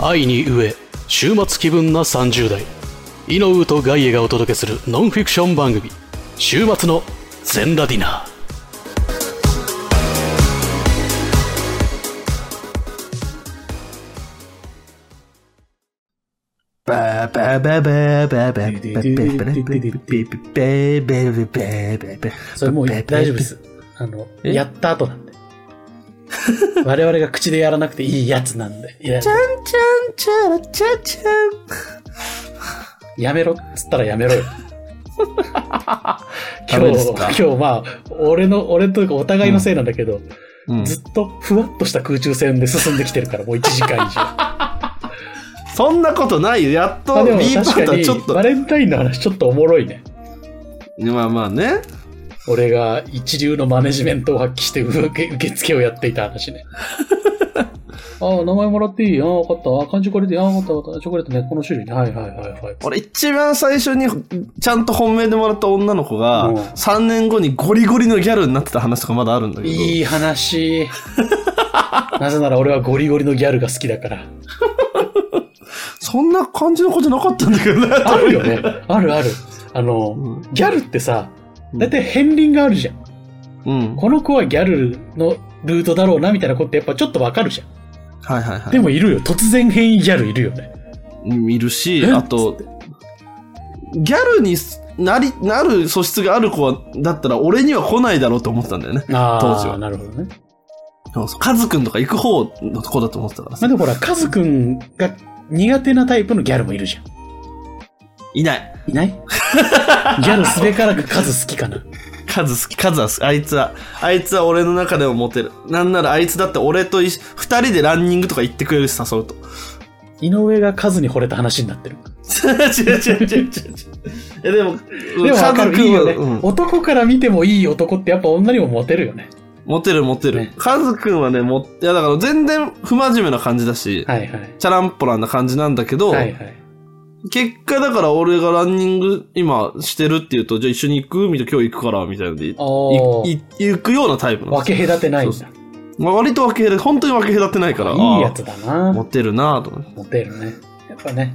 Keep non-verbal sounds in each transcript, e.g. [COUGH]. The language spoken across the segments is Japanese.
愛に飢え週末気分な30代イノウとガイエがお届けするノンフィクション番組「週末の全ラディナー」バーバーバーバーバーバーバーバーバーバーバーバーバーバーバーバーそれもう大丈夫です。あの、えやった後なんで。 [LAUGHS] 我々が口でやらなくていいやつなんで。いやチャンチャンチャラチャチャやめろっつったらやめろよ。 [LAUGHS] ダ今メで日す、か今日まあ、俺の、俺というかお互いのせいなんだけど、ンうんずっとふわっとした空中戦で進んできてるから、もう1時間以上。 [LAUGHS] そんなことないよ。やっとあでも B パ確ートかはにちょっとバ。レンタインの話ちょっとおもろいね。まあまあね。俺が一流のマネジメントを発揮して受け受付をやっていた話ね。 [LAUGHS] ああ、名前もらっていいああ、分かった。ああ、缶チョコレート。ああ、分かった。チョコレートね、この種類ね。はいはいはいはい。俺一番最初にちゃんと本命でもらった女の子がうん3年後にゴリゴリのギャルになってた話とかまだあるんだけど。いい話。 [LAUGHS] なぜなら俺はゴリゴリのギャルが好きだから。そんな感じの子じゃなかったんだけどね。あるよね。 [LAUGHS] あるある。あの、うんギャルってさ、うんだいたい片鱗があるじゃん。うん。はこの子はギャルのルートだろうなみたいな子ってやっぱちょっとわかるじゃん。いはいはでもいるよ。突然変異ギャルいるよね。い。いるし、えあと、ギャルになり、なる素質がある子は、だったら俺には来ないだろうと思ってたんだよね。あ当時あ、はなるほどね。そうそうカズくんとか行く方の子だと思ってたからまあさ。でもほら、カズくんが苦手なタイプのギャルもいるじゃん。いない。い [LAUGHS] ないギャルすべからくカズ好きかな。カズ好き、カズは好き。あいつは、あいつは俺の中でもモテる。なんならあいつだって俺とい二人でランニングとか行ってくれるし、誘うと。 [LAUGHS] 井上がカズに惚れた話になってる。違う違う違う違う違う。え、でも、でもわかカズる、いくいんはよね、うん男から見てもいい男ってやっぱ女にもモテるよね。モテるモテるね。カズくんはね、も、いやだから全然不真面目な感じだし、はいはい。チャランポランな感じなんだけど、はいはい。結果だから俺がランニング今してるって言うと、じゃあ一緒に行くみたいな今日行くから、みたいなんで、いおーい行くようなタイプなんですよ分け隔てないんそだ。まあ、割と分け隔て、本当に分け隔てないから、いいやつだあーなモ。テるなぁと思って。モテるね。やっぱね、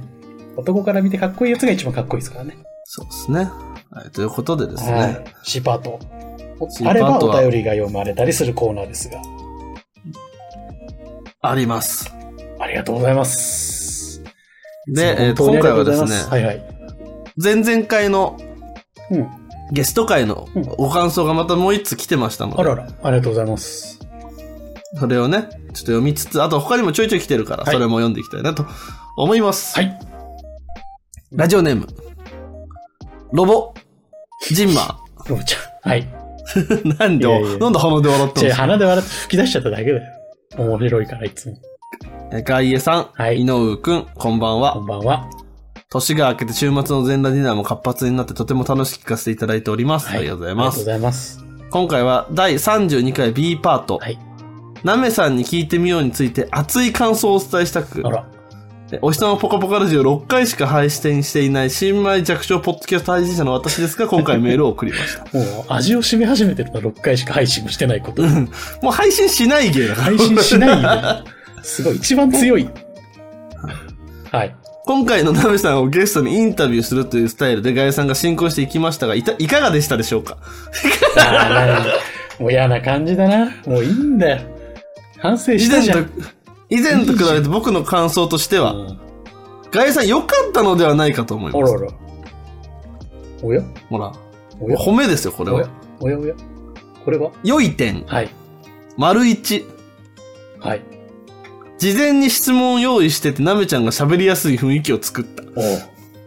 男から見てかっこいいやつが一番かっこいいですからね。そうですね。はい、ということでですね、はい。シーパート。シーパートはあればお便りが読まれたりするコーナーですが。あります。ありがとうございます。で、えーそう今回はです本当にありがとうございますね、はいはい。前々回のうん。ゲスト回のうんご感想がまたもう一つ来てましたのあで、らら、ありがとうございます。それをね、ちょっと読みつつ、あと他にもちょいちょい来てるから、はいそれも読んでいきたいなと思います。はい。ラジオネーム、ロボ、ジンマロブちゃん。はい。ー。なんで、いやいやなんで鼻で笑ったんじゃであすか鼻で笑って吹き出しちゃっただけだよ。面白いから、いつも。えー外江さん、はい井上くん、こんばんはこ。んばんは。年が明けて週末の全裸ディナーも活発になってとても楽しく聞かせていただいております。はありがとうございまありす。がとうございます。今回は第32回 B パート、はい。なめさんに聞いてみようについて熱い感想をお伝えしたくあ、ら。えお日様ポカポカラジオ6回しか配信していない新米弱小ポッドキャスト配信者の私ですが、今回メールを送りま [LAUGHS] した。もう味を占め始めてるのは6回しか配信もしてないこと。もう配信しない芸だから。配信しない [LAUGHS] よ。すごい、一番強い。はい。今回のナメさんをゲストにインタビューするというスタイルでガイさんが進行していきましたが、いたいかがでしたでしょうかあーなんかもう嫌な感じだな。もういいんだよ。反省以した前じゃん。と、以前と比べて僕の感想としては、うんガイさん良かったのではないかと思いあまらす。ら。おやほら、おや褒めですよ、これおやは。おやおやこれは良い点、はい。丸一。はい。事前に質問を用意してて、ナメちゃんが喋りやすい雰囲気を作った。おう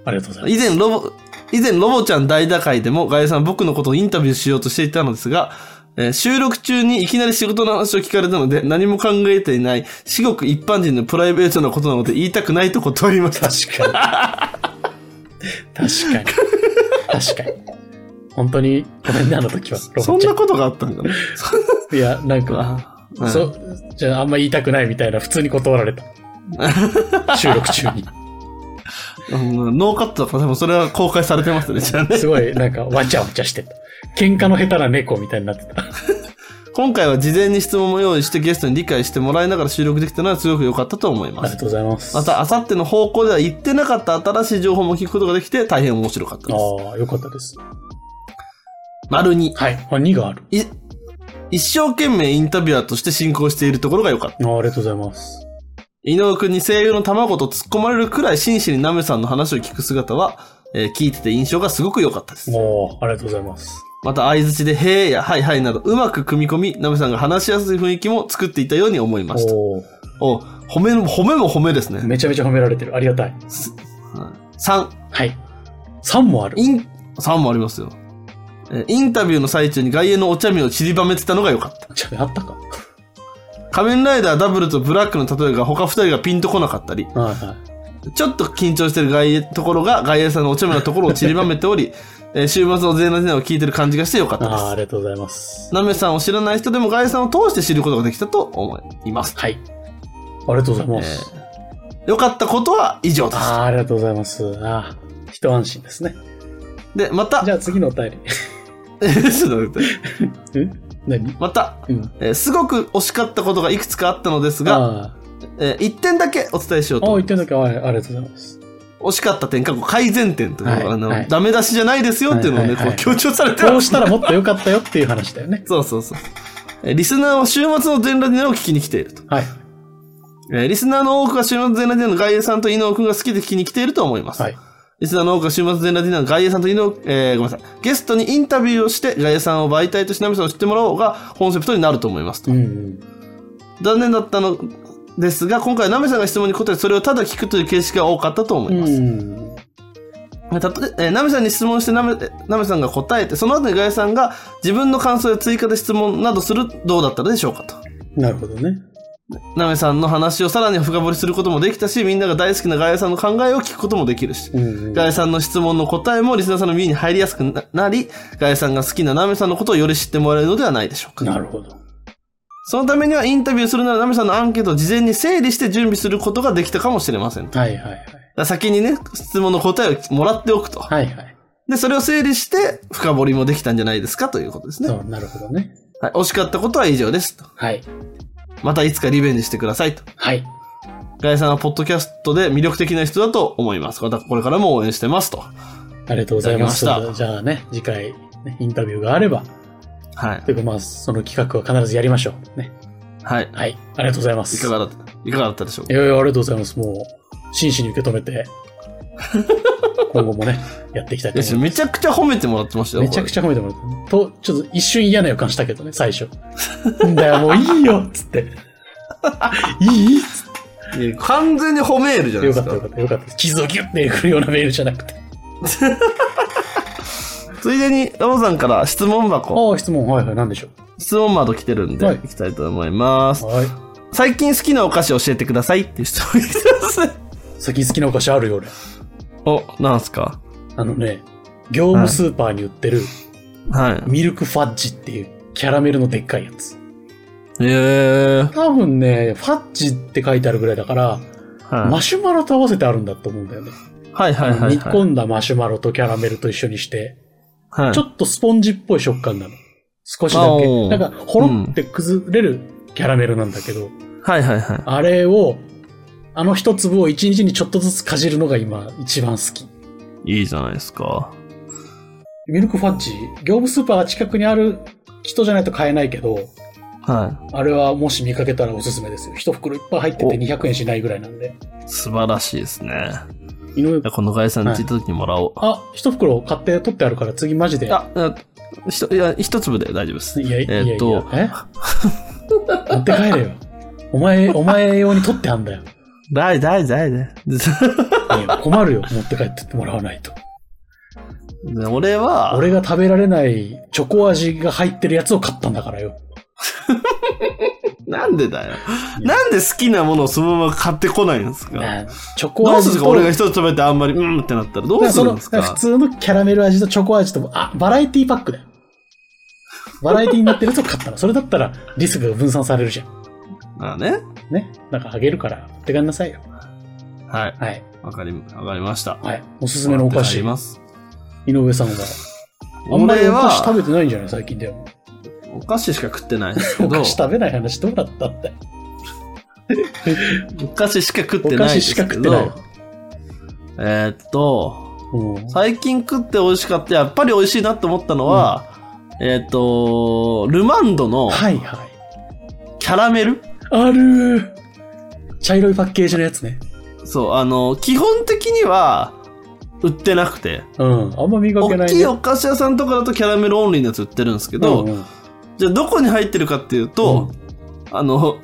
ありがとうございます。以前ロボ、以前ロボちゃん大打開でもガイさん僕のことをインタビューしようとしていたのですが、えー収録中にいきなり仕事の話を聞かれたので何も考えていない、至極一般人のプライベートなことなので言いたくないと断りました。確かに。 [LAUGHS] 確かに。確かに。本当に、ごめんな、あの時 [LAUGHS] は。ロそボんちゃなんことがあった [LAUGHS] んだね。いや、なんか、あはいそ、じゃああんま言いたくないみたいな、普通に断られた。収録中 [LAUGHS] に。うんノーカットだから多分それは公開されてますね、じゃあね。すごい、なんか、わちゃわちゃしてた。喧嘩の下手な猫みたいになってた。今回は事前に質問も用意してゲストに理解してもらいながら収録できたのはすごく良かったと思いあまりがす。とうございます。また、あさっての方向では言ってなかった新しい情報も聞くことができて大変面白かったです。ああ、よかったです。丸2。はい。あ、2がある。い一生懸命インタビュアーとして進行しているところが良かった。ああありがとうございます。井上くんに声優の卵と突っ込まれるくらい真摯にナメさんの話を聞く姿は、えー聞いてて印象がすごく良かったです。おーありがとうございます。また相槌で、へーや、はいはいなど、うまく組み込み、ナメさんが話しやすい雰囲気も作っていたように思いました。おーお、褒めの、褒めも褒めですね。めちゃめちゃ褒められてる。ありがたい。 3、はい。3もある。イン、3もありますよ。えーインタビューの最中に外苑のお茶目を散りばめてたのが良かった。ちょ、あったか。仮面ライダーダブルとブラックの例えが他2人がピンとこなかったり、はいはい。ちょっと緊張してる外苑ところが外苑さんのお茶目なところを散りばめており、 [LAUGHS] えー週末の全裸全を聞いてる感じがして良かっああ、たあでりがとうございますす。。ナメさんを知らない人でも外苑さんを通して知ることができたと思います。はい。ありがとうございます。良かったことは以上です。ああ、ありがとうございます。ああ、一安心ですね。で、またじ、ゃあ次のお便り。 [LAUGHS] えちょっと待ってえ何また、うん。えーすごく惜しかったことがいくつかあったのですあが、え1点だけお伝えしようあ、あと。言ってんだけはい、ありがとうございます。惜しかった点、過去改善点という、はいあの、はいダメ出しじゃないですよっていうのをはね、いはいはいこう強調されてこまうす。したらもっと良かったよっていう話だよね。そうそうそう。えーリスナーは週末の全ラジオを聞きに来ていると。はい。えーリスナーの多くは週末全ラジオの外衛さんと井上くんが好きで聞きに来ていると思います。はい。リスナーの多くは週末全ラジオの外衛さんと井上、えーごめんなさい。ゲストにインタビューをして、外衛さんを媒体としてナミさんを知ってもらおうが、コンセプトになると思いますとうん、うん。残念だったのですが、今回、ナメさんが質問に答え、それをただ聞くという形式が多かったと思います。うん。たとえーナメさんに質問してナメ、ナメさんが答えて、その後にガヤさんが自分の感想や追加で質問などする、どうだったでしょうかと。なるほどね。ナメさんの話をさらに深掘りすることもできたし、みんなが大好きなガヤさんの考えを聞くこともできるし。うん、うん。ガヤさんの質問の答えもリスナーさんの耳に入りやすくななり、ガヤさんが好きなナメさんのことをより知ってもらえるのではないでしょうか。なるほど。そのためにはインタビューするならナメさんのアンケートを事前に整理して準備することができたかもしれませんと。はいはいはい。だから先にね、質問の答えをもらっておくと。はいはい。で、それを整理して、深掘りもできたんじゃないですかということですね。そう、なるほどね。はい、惜しかったことは以上ですと。はい。またいつかリベンジしてくださいと。はい。ガイさんはポッドキャストで魅力的な人だと思います。またこれからも応援してますと。ありがとうございます。いただきまじゃあね、次回、ね、インタビューがあれば、はい。というかまあ、その企画は必ずやりましょう。ね。はい。はい。ありがとうございまいす。かがだった、いかがだったでしょういかやいや、ありがとうございます。もう、真摯に受け止め [LAUGHS] て、今後もね、やっていきたいいと思やちいょまめちゃくちゃ褒めてもらってましす。たよ。めちゃくちゃ褒めてもらった。と、ちょっと一瞬嫌な予感したけどね、最 [LAUGHS] 初。んだよ、もういいよっつって。いいいいっつっゃ。いや完全に褒めるじゃて。ないよでかすったか。よかったよかった。傷をギュッてくるようなメールじゃなくて。ついでに、ラボさんから質問箱、ああ、質問、はいはい、なんでしょ質問窓来てるんで、はいい、きたいと思いますう。。はい。最近好きなお菓子教えてくださいっていう質問来てます [LAUGHS] ね。最近好きなお菓子あるよ、俺。お、なんすかあのね、業務スーパーに売ってる、はい。ミルクファッジっていう、キャラメルのでっかいやつ。ええ多分ね、ファッジって書いてあるぐらいだから、マはシュマロと合わせてあるんだと思うんだよね。いはいはいはい。煮込んだマシュマロとキャラメルと一緒にして、はいちょっとスポンジっぽい食感なの。少しだあけ。ーなんか、ほろって崩れるキャラメルなんだけど、はいはいはい。あれを、あの一粒を一日にちょっとずつかじるのが今一番好き。いいじゃないですか。ミルクファッジ、業務スーパーが近くにある人じゃないと買えないけど、はあれはもし見かけたらおすすめですよ。一袋いっぱい入っててお200円しないぐらいなんで。い。素晴らしいですね。井上このガイさんに行った時にもらおう。あ、一袋買って取ってあるから次マジで。あ、あひといや、一粒で大丈夫です。いや、いや、えいーやっと、え [LAUGHS] 持って帰れよ。お前、お前用に取ってあんだよ。大、大、大、大。いや困るよ、持って帰ってってもらわないと。で俺は、俺が食べられないチョコ味が入ってるやつを買ったんだからよ。なんでだよ。 [LAUGHS] なんで好きなものをそのまま買ってこないんですかねチョコどうす味るんですと、か俺が一つ食べてあんまり、うんってなったらどうするんですだからか普通のキャラメル味とチョコ味と、あ、バラエティパックだよ。バラエティになってるやつを買ったの。それだったらリスクが分散されるじゃん。あね。ね。なんかあげるから、持って帰んなさいよ。はい。はい。わかり、わかりました。はい。おすすめのお菓子買い。ます。井上さんは。あんまり俺お菓子食は、べてないんじゃない最近では。お菓子しか食ってないんですけおど菓子食べない話どうだったんだよ。お菓子しか食っおて菓ないで子しすかけ食ってないど。えーっとうん最近食って美味しかったやっぱり美味しいなって思ったのは、えーっとルマンドのはいはい。キャラメル、ある茶色いパッケージのやつね。そうあの基本的には売ってなくてうん。あんま見かけな大いきね。いお菓子屋さんとかだとキャラメルオンリーのやつ売ってるんですけど、うんうんじゃあどこに入ってるかっていうと、あの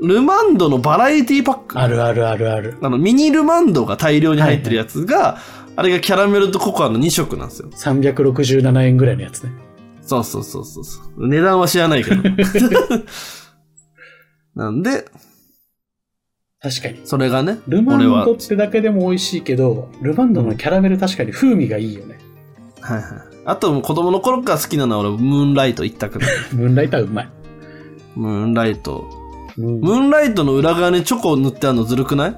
ルマンドのバラエティパックあるあるあるある。あの、ミニルマンドが大量に入ってるやつが、あれがキャラメルとココアの2色なんですよ。 367円ぐらいのやつね。そうそうそうそうそう。値段は知らないけど。 [LAUGHS] なんで、確かに。それがね、ルマン俺は、はドいってだけでも美味しいけど、ルマンドのキャラメル確かに風味がいいよね。はい。あともう子供の頃から好きなのは俺、ムーンライト一択だ。ムーンライターうまい。ムーンライト。うんムーンライトの裏側にチョコを塗ってあるのずるくない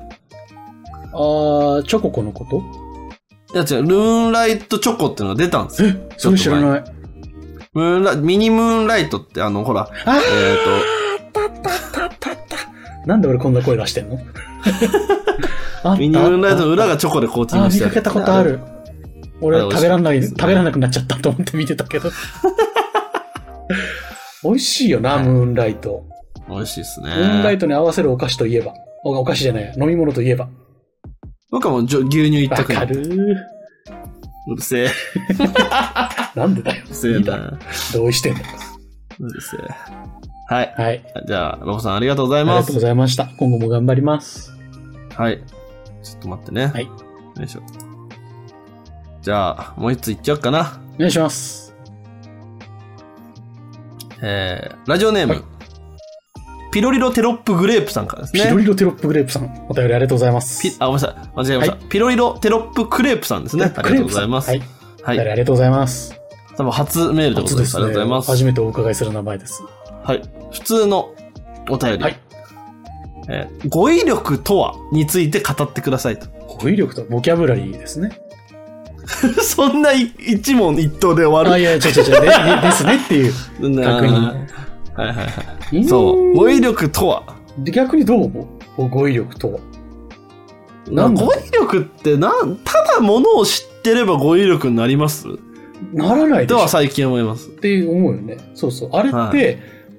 あー、チョココのこといや違う、ムーンライトチョコっていうのが出たんですよ。えそれ知らない。ムーンラミニムーンライトってあの、ほら、えっ、あと、なんで俺こんな声出してんの [LAUGHS] あったミニムーンライトの裏あっがチョコでコーティンたあグー、し見てかけたことある。俺あれ食べらんない、美味しいですね食べらなくなっちゃったと思って見てたけど。 [LAUGHS] 美味しいよな、はいムーンライト。美味しいですね。ムーンライトに合わせるお菓子といえば。おお菓子じゃない、飲み物といえば。僕はもうじょ牛乳一わ択かなのるー。うるせえ。なんでだようる。せえいいだろな。同意してんだ。うるせえ。はい。はい。じゃあ、ロボさんありがとうござあいりまがとうすご。ざいました。今後も頑張ります。はい。ちょっと待ってね。はいよいしょ。じゃあ、もう一ついっちゃおうかな。お願いします。えー、ラジオネーム、はいピロリロテロップグレープさんからですピね。ロリロテロップグレープさん、お便りありがとうございます。ピあ、ごめんなさい。間違えましはた。ピロリロテロップクレープさんですね。ありがとうございます。はい。はお便い。りありがとうございます。多分初メールでございます。ありがとうございます。初めてお伺いする名前です。はい。普通のお便り。はいえー語彙力とはについて語ってくださいと。 [LAUGHS] 語彙力とボキャブラリーですね。そんない一問一答で終わあ、る。いや、ちょちょちょ、ででですねっていう。な確認はいはいはい。 [LAUGHS] そう。語彙力とは。う。逆にどう思う語彙力とは。ななんだ語彙力ってなん、ただものを知ってれば語彙力になりますならないでしとょはっ最近思います。て思うよね。そうそう。あれって、は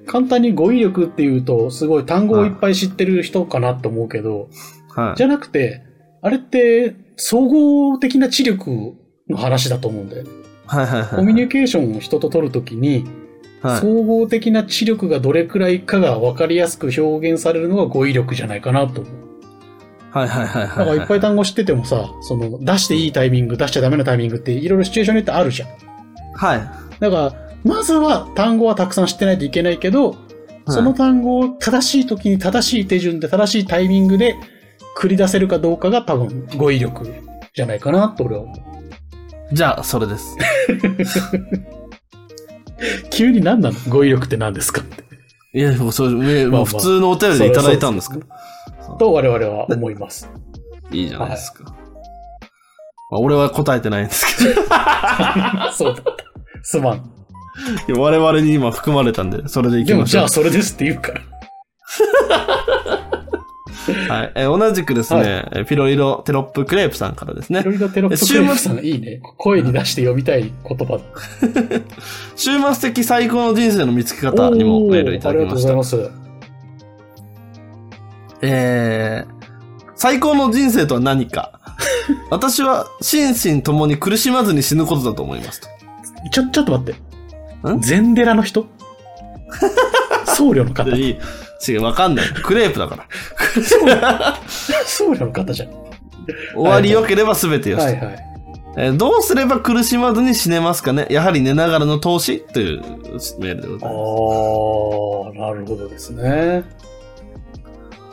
簡単に語彙力っていうと、すごい単語をいっぱい知ってる人かなと思うけど、はい。じゃなくて、あれって、総合的な知力の話だと思うんだよね。はいはいはい。コミュニケーションを人と取るときに、はい。総合的な知力がどれくらいかが分かりやすく表現されるのが語彙力じゃないかなと思う。はいはいはいだかはらい。いっぱい単語知っててもさ、その出していいタイミング、出しちゃダメなタイミングっていろいろシチュエーションによってあるじゃん。はい。だから、まずは単語はたくさん知ってないといけないけど、その単語を正しい時に正しい手順で正しいタイミングで繰り出せるかどうかが多分語彙力じゃないかなと俺は思う。じゃあ、それです。急に何なの語彙力って何ですかって。いや、もうそれ、ねまあまあもう普通のお便りでいただいたんですかそと我々は思います。いいじゃないですか。まあ、俺は答えてないんです [LAUGHS] けそうだった。すまん。ど、我々に今含まれたんで、それでいきでもましじょゃうあ。それですって言うから。はい、えー同じくですね、はいえピロリロテロップクレープさんからでいすろね、いろテロップクレープさんいいね。声に出して読みたい言葉だ。週末的最高の人生の見つけ方にもメールいただきました。おーありがとうございまえー最高の人生とは何 [LAUGHS] か私は心身ともに苦しまずに死ぬことだと思いま [LAUGHS] すと。す。ちょ、ちょっと待ってん。禅寺の人僧侶の方。でいい違う、わかんない。クレープ [LAUGHS] だから。僧侶の方じゃん。は [LAUGHS] 終わり良ければ全てよしと。いはい。えーどうすれば苦しまずに死ねますかねやはり寝ながらの投資というメールあでございます。ー、なるほどですね。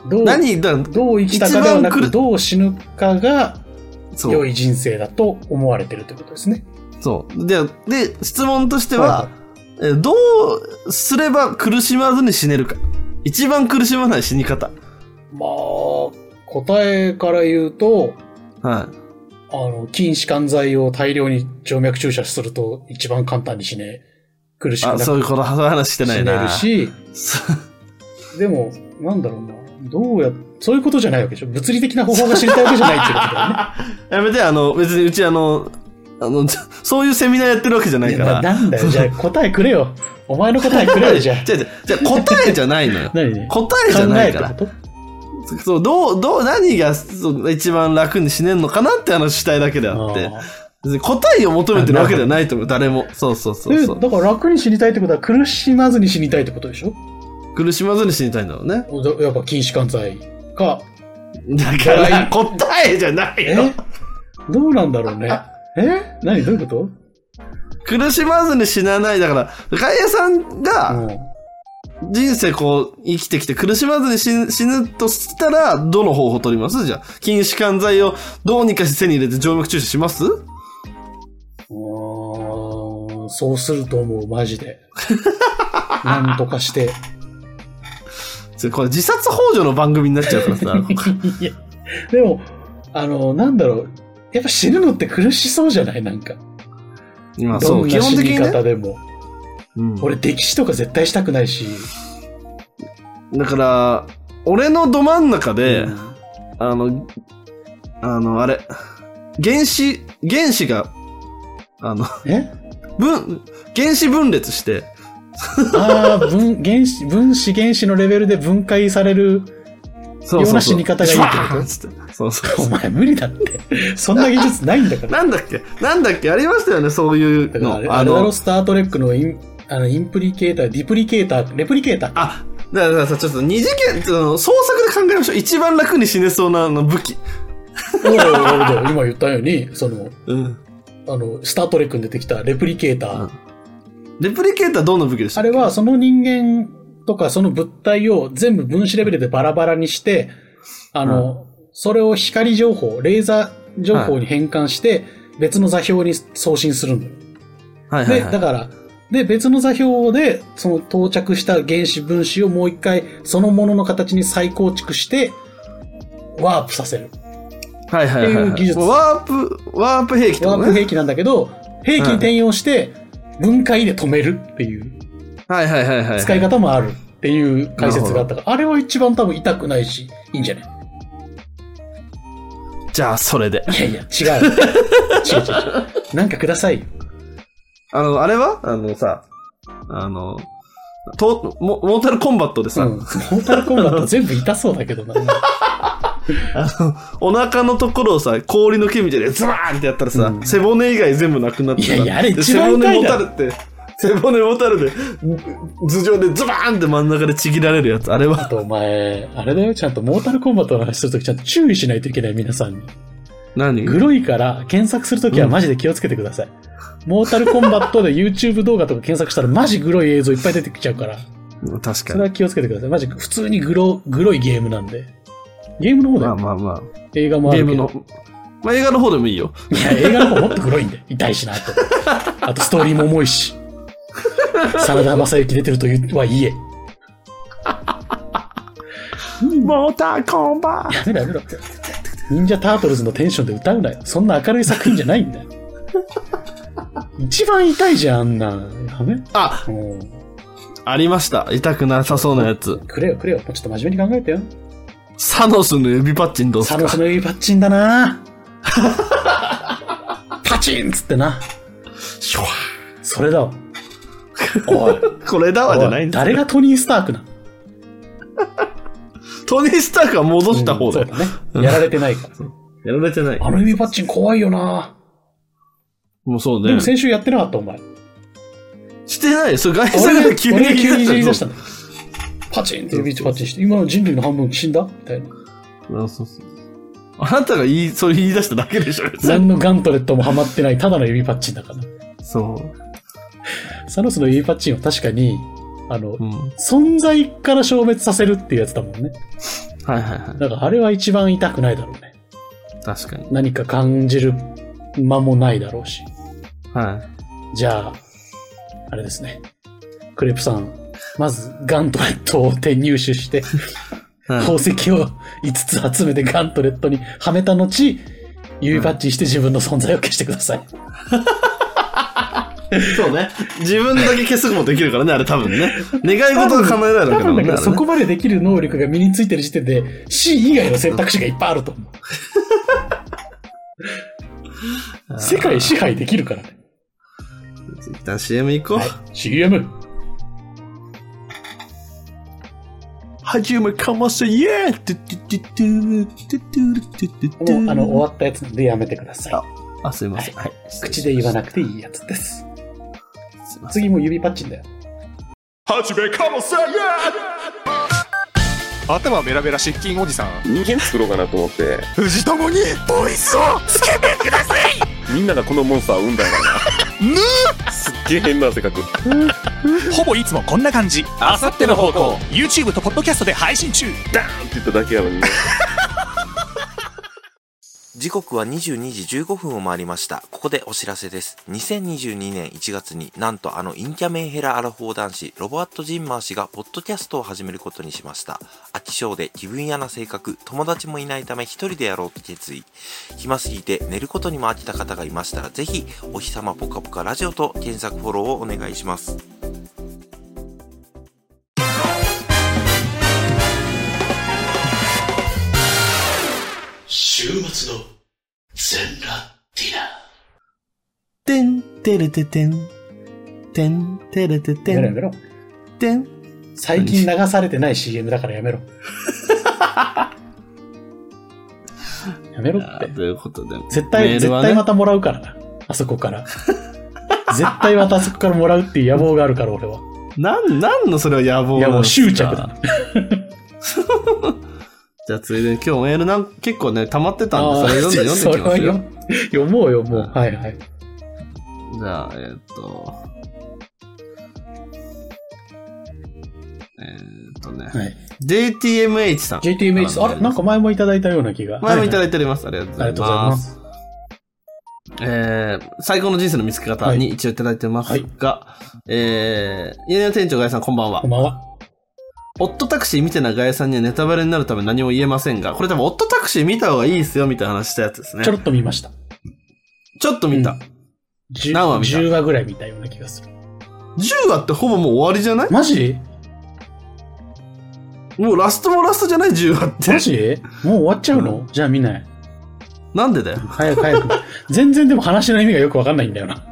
どう、何だどう生きたかではな一番く、来るどう死ぬかがそ良う。い人生だと思われてるということですね。そう。で、で、質問としては、はいはいえーどうすれば苦しまずに死ねるか。一番苦しまない死に方。まあ、答えから言うと、はあの、筋弛緩剤を大量に静脈注射すると一番簡単に死ね苦しくなあ、くそういうこと、そういう話してない死ねな。るし、そうでも、なんだろうな。どうや、そういうことじゃないわけでしょ物理的な方法が知りたいわけじゃないっていうことだよね。 [LAUGHS] やめて、あの、別にうちあの、あの、ちょそういうセミナーやってるわけじゃ [LAUGHS] ないいかやら。ななんだよ、 [LAUGHS] じゃあ答えくれよ。お前の答えくれよ、じゃあ。。じゃあ、じゃあじゃあ答えじゃないのよ何考答えじゃなえいってかこら。と [LAUGHS] そう、どう、どう、何がそう一番楽に死ねんのかなって話したいだけであって。別に答えを求めてるわけではないと思う、誰も。そうそうそあうーそうで。だから楽に死にたいってことは苦しまずに死にたいってことでしょ苦しまずに死にたいんだろうね。だやっぱ禁止関西か。だから、答えじゃないえよ。どうなんだろうね。え何どういうこと苦しまずに死なない。だから、ガイエさんがう人生こう、生きてきて苦しまずに死ぬ死ぬとしたら、どの方法を取りますじゃあ、筋弛緩剤をどうにかして手に入れて静脈注射しますんうーん。そうすると思う、マジで。なんとかして。それこれ自殺ほ助の番組になっちゃうか [LAUGHS] らさ。いや、でも、あの、なんだろう。やっぱ死ぬのって苦しそうじゃないなんか。今そどう、ん基な本死的ににね。方でも。うん俺、溺死とか絶対したくないし。だから、俺のど真ん中で、うんあの、あの、あれ、原子、原子が、あの、 [LAUGHS] え分、原子分裂して、ああ、分、原子、分子原子のレベルで分解される。そうそうそうような死に方がいいってことシュワーンつってそうそうお前無理だって。そんな技術ないんだから。 [LAUGHS] なんだっけなんだっけありましたよね、そういうだからの。あれああれだろ、の、スタートレックのイン、あの、インプリケーター、ディプリケーター、レプリケーター。あ、だからさ、ちょっと二次元、その創作で考えましょう。一番楽に死ねそうなあの武器。おいおいおいおい今言ったように、その、うん。あの、スタートレックに出てきたレプリケーター。うんレプリケーターどんな武器でしたあれは、その人間とか、その物体を全部分子レベルでバラバラにして、あの、それを光情報、レーザー情報に変換して、別の座標に送信するんだよ。はいはいで、はいだから、で、別の座標で、その到着した原子分子をもう一回、そのものの形に再構築して、ワープさせる。はいはいはいはい。っていう技術もワープ、ワープ兵器ってこワとーかプね。兵器なんだけど、兵器に転用して、分解で止めるっていうはいはいはいはい。使い方もあるっていう解説があったから、あれは一番多分痛くないし、いいんじゃないじゃあ、それで。 [LAUGHS] いやいや、 [LAUGHS] 違う。違う違う違う。なんかくださいよ。あの、あれはあのさ、あの、とモモータルコンバットでうさ、ん。モータルコンバット全部痛そうだけど [LAUGHS] な。お腹のところをさ、氷の毛みたいでズバーンってやったらさ、うん背骨以外全部なくなってさいやいやあれで一番痛いだろ背骨もたれて、背骨もたれて、頭上でズバーンって真ん中でちぎられるやつ、あれあは。とお前、あれだよ、ちゃんとモータルコンバットの話するときちゃんと注意しないといけない、皆さんに。何グロいから検索するときはマジで気をつけてください。モータルコンバットで YouTube 動画とか検索したらマジグロい映像いっぱい出てきちゃうから、確かそれに。は気をつけてください。マジ普通にグロ、グロいゲームなんで。ゲームの方だまあよ。まあま映画あ。もあゲるーけムどの。。まあ映画の方でもいいよ。いや、映画の方もっと黒いんで、痛いしな [LAUGHS] と。あと、ストーリーも重いし。真田正幸出てるというはい [LAUGHS] え。モータルコンバッやめろやめろ。忍者タートルズのテンションで歌うなよ。そんな明るい作品じゃない [LAUGHS] んだよ。一番痛いじゃん、あんなん。やめ。トあ、もう、ありました。痛くなさそうなやつ。くれよくれよ。もうちょっと真面目に考えてよ。サノスの指パッチンどうすサかノスの指パッチンだ [LAUGHS] なパチンっつってな。シュワそれだわ。おい、ーこれだわじゃないおいんだ。誰がトニー・スタークなのトニー・スタークは戻した方だよ。うんそうだね。やられてないから。やられてない。あの指パッチン怖いよな、もうそうでねも。先週やってなかった、お前。してないよ。それ外俺作がで急俺がに急にいじり出したの。んだ。パチンって指パッチンして、今の人類の半分死んだみたいな。あそうそうあなたが言い、それ言い出しただけでしょ、別に何のガントレットもハマってない、ただの指パッチンだから。そう。サノスの指パッチンは確かに、あの、うん。はい存在から消滅させるっていうやつだもんね。はいはだからあれは一番痛くないだろうね。い。確かに。何か感じる間もないだろうし。はじゃあ、あれですね。クレプさん、まずガントレットを手入手して、い。はい宝石を5つ集めてガントレットにはめた後、指パッチンして自分の存在を消してください。そうね。自分だけ消すこともできるからね、あれ多分ね。願い事が叶えられる多わけだ分もんだね。けど、そこあまでできる能力が身についてる時点で、C 以外の選択肢がいっぱいあると思う。世界支配できるからね。れね一旦 CM 行こう。 CM! 始めかませ、イエーイトゥトゥトゥトゥトゥトゥトゥトゥトもう、あの、終ゥわったやつなんでやめてください。あ、すいません。はい。口で言わない。なくていいやつです。すいません次もう指パッチンだよ。頭ベラベラ失禁おじさん人間作ろうかなと思って藤友にボイスをつけてくださいみんながこのモンスターを生んだんだなすっげえ変な性格ほぼいつもこんな感じあさっての方向 YouTube とポッドキャストで配信中って言っただけやのにね時刻は22時15分を回りました。ここでお知らせです。2022年1月になんとあのインキャメンヘラアラフォー男子、ロボアット・ジンマー氏がポッドキャストを始めることにしました。飽き性で気分屋な性格、友達もいないため一人でやろうと決意。暇すぎて寝ることにも飽きた方がいましたら、ぜひ、お日様ぽかぽかラジオと検索フォローをお願いします。週末の全裸ディナーてんてれててん。てんてれててやめろやめん。ろ。てん。最近流されてない CM だからやめ [LAUGHS] ろ。やめろって。ということで。絶対、メー絶ルはね対またもらうからな。あそこ [LAUGHS] から。絶対またあそこからもらうっていう野望があるから、俺は。なん、なんのそれは野望いや、なものう執着 [LAUGHS] だな。じゃあ、ついでに今日メール [LAUGHS] なん結構ね、溜まってたんあで、ー [LAUGHS] それ読んで、読んでそいきれまは読読もうよ、もう。はいはい。すよ。じゃあ、えーっと。えーっとね。はい、 JTMH さん。 JTMH さん、あれなんか前もいただいたような気が。前もいただいだいております。ありがとうございます。えー、最高の人生の見つけ方に一応いただいてますが、えー、家の店長ガイさんこんばんはこん。ばんは。オットタクシー見てないガイさんにはネタバレになるため何も言えませんが、これ多分オットタクシー見た方がいいですよ、みたいな話したやつですね。ちちょょろっと見ました。っと見た、うん10何話見た10話ぐらい見たような気がする。 10話ってほぼもう終わりじゃないマジもうラストもラストじゃない ?10 話ってマ。ジもう終わっちゃうの、じゃあ見ない。なんでだよ。早く早く。全然でも話の意味がよくわかんないんだよな。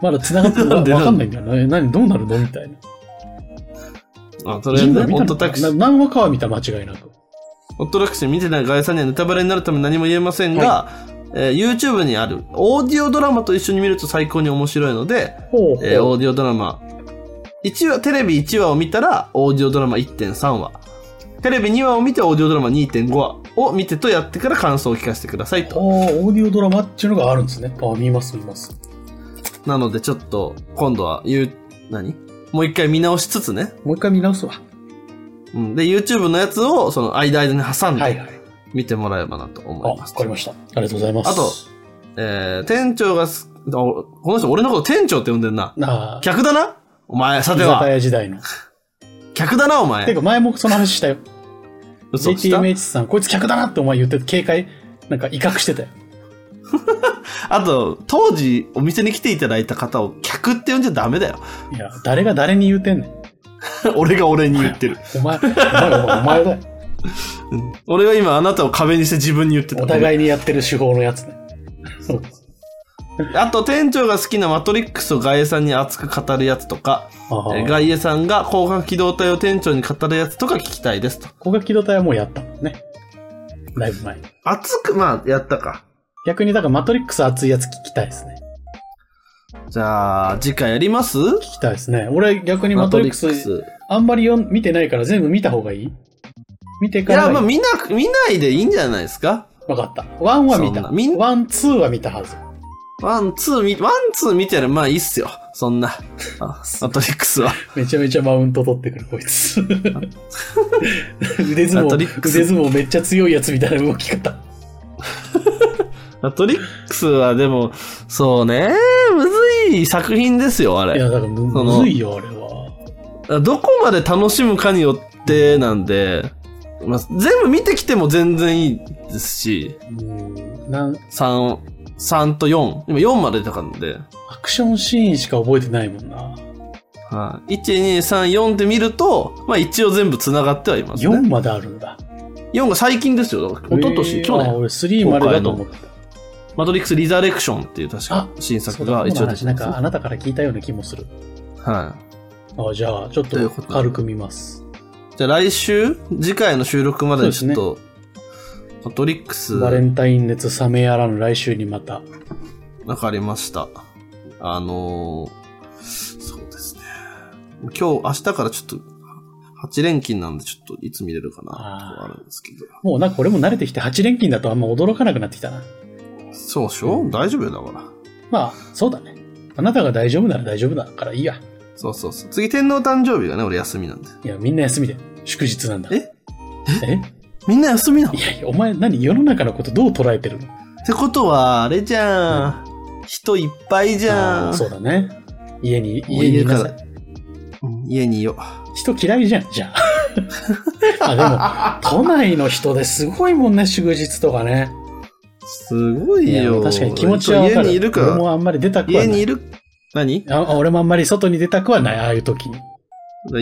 まだ繋がってるなんでわわかんないんだよな。え何どうなるのみたいな。あ、とりあえずジンね、オナッ見たトのタクシーな。何話かは見た間違いなく。オットタクシー見てないガイさんにはネタバレになるため何も言えませんが、えー YouTube にあるオーディオドラマと一緒に見ると最高に面白いので、ほうほう。えーオーディオドラマ1話テレビ1話を見たらオーディオドラマ1.3話テレビ2話を見てオーディオドラマ2.5話を見てとやってから感想を聞かせてくださいとあーオーディオドラマっていうのがあるんですね。あー見ます見ます。なのでちょっと今度は言う何もう一回見直しつつね、もう一回見直すわ。うん、で YouTube のやつをその間間に挟んはいではい。見てもらえばなと思あ、いわます、かりました。ありがとうございます。あと、えー、店長がす、あおこの人俺のこと店長って呼んでんな。なあ、客だなお前、さ居て酒は。屋時代の。客だなおて前。か前もその話したよ。嘘した。 JTMH さん、こいつ客だなってお前言ってて、警戒、なんか威嚇してたよ。あと、当時お店に来ていただいた方を客って呼んじゃダメだよ。 [LAUGHS] いや、誰が誰に言うてんねん。俺が俺に言ってる。お前、お前、お前お前だよ。うん俺は今あなたを壁にして自分に言ってた。お互いにやってる手法のやつね。そうあと、店長が好きなマトリックスをガイエさんに熱く語るやつとか、あえーあ。ガイエさんが広角機動隊を店長に語るやつとか聞きたいですと。高架機動隊はもうやったもんね。だいぶ前に。熱く、まあ、やったか。逆に、だからマトリックス熱いやつ聞きたいですね。じゃあ、次回やります聞きたいですね。俺逆にマトリックス、あんまり読ん見てないから全部見た方がいい見ていから。や、まあ見な、見ないでいいんじゃないですかわかった。ワンは見た。そんなみんワン、ツーは見たはず。ワン、ツー見、ワン、ツー見てるまあいいっすよ。そんな。あマトリックスは。めちゃめちゃマウント取ってくる、こい [LAUGHS] つ。腕相マ撲、トリックス腕相撲めっちゃ強いやつみたいな動き方。マトリックスはでも、そうね、むずい作品ですよ、あいれ。や、だからむそのむずいよ、あれは。どこまで楽しむかによってなんで、まあ、全部見てきても全然いいですし、うんなん3、 3と4。今4まで出たかんで。アクションシーンしか覚えてないもんな。はい。1、2、3、4って見ると、まあ一応全部繋がってはいます4ね。まであるんだ。 4が最近ですよ。だから一昨年、えー去あ年。俺3までだと思ってた。マトリックスリザレクションっていう確かあ新そ作うだが今一の応出話なてんます。かあなたから聞いたような気もする。はい。あじゃあ、ちょっといとうことで軽く見ます。じゃあ来週、次回の収録までにちょっと、マトリックスバレンタイン熱冷めやらぬ来週にまた。わかりました。あのーそうですね。今日、明日からちょっと、8連勤なんで、ちょっといつ見れるかな、とあーかあるんですけど。もうなんか俺も慣れてきて8連勤だとあんま驚かなくなってきたな。そうでしょ、大丈夫よ、だから。まあ、そうだね。あなたが大丈夫なら大丈夫だからいいや。そうそうそう。次、天皇誕生日がね、俺休みなんで。いや、みんな休みで。祝日なんだ。ええみんな休みなのっいやいや、お前何世の中のことどう捉えてるのてことは、あれじゃん。人いっぱいじゃあーん。そうだね。家に、もう家にいなかさらい。。うん家にいよう。人嫌いじゃん、じゃ [LAUGHS] あ。あ、でも、都内の人ですごいもんね、祝日とかね。すごいいやよ。確かに気持ちはわか家る。にいる俺かもあんまり出たくはな家い。にいる、何あ俺もあんまり外に出たくはない、ああいう時に。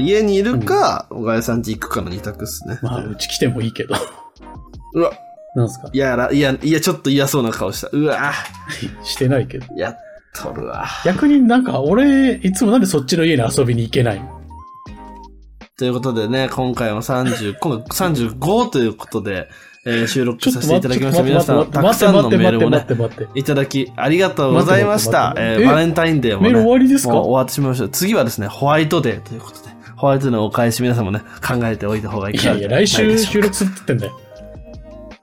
家にいるか、小川さん家行くかの二択っすね。まあ、うち来てもいいけど。 [LAUGHS] うわ、なんすかいやら、いや、いや、ちょっと嫌そうな顔した。うわ、してないけど。やっとるわ。逆になんか、俺、いつもなんでそっちの家に遊びに行けないのということでね、今回も30、今 [LAUGHS] 回35ということで、えー収録ちょさっせとてい待ったて、だきちょまっした。と皆待さん、って、待って、たくさんの待って、メー待っルて、待っをねて、、待って。いただき、ありがとうございました。待って待えってーえバレンタインデーもね、メール終わりですかもう終わってしまいました。次はですね、ホワイトデーということで、ホワイトデーのお返し皆さんもね、考えておいた方がいいいかやないや、来週しょうか収録するって言ってんだよ。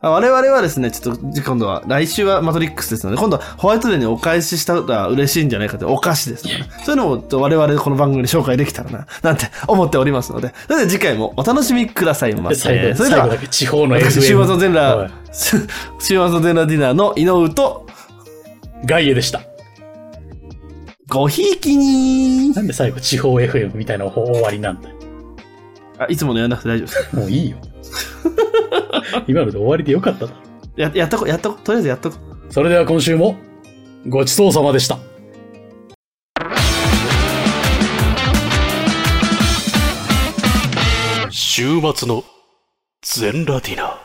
あ我々はですね、ちょっと、今度は、来週はマトリックスですので、今度はホワイトデーにお返ししたら嬉しいんじゃないかというお菓子ですとかね。そういうのを我々この番組で紹介できたらな、なんて思っておりますので、それでは次回もお楽しみくださいまでせ。そ最後、最れで後だは、け地方の [LAUGHS] FM。私、週末の全おい裸、週末の全裸ディナーの井上と、ガイエでした。ごひいきになんで最後、地方 FM みたいな終わりなんだよ。あ、いつものやんなくて大丈夫です。もういいよ。 [LAUGHS] 今ので終わりでよかっただろ。や、やっとこ、やっとこ、とりあえずやっとこ。それでは今週も、ごちそうさまでした。週末の全ラディナー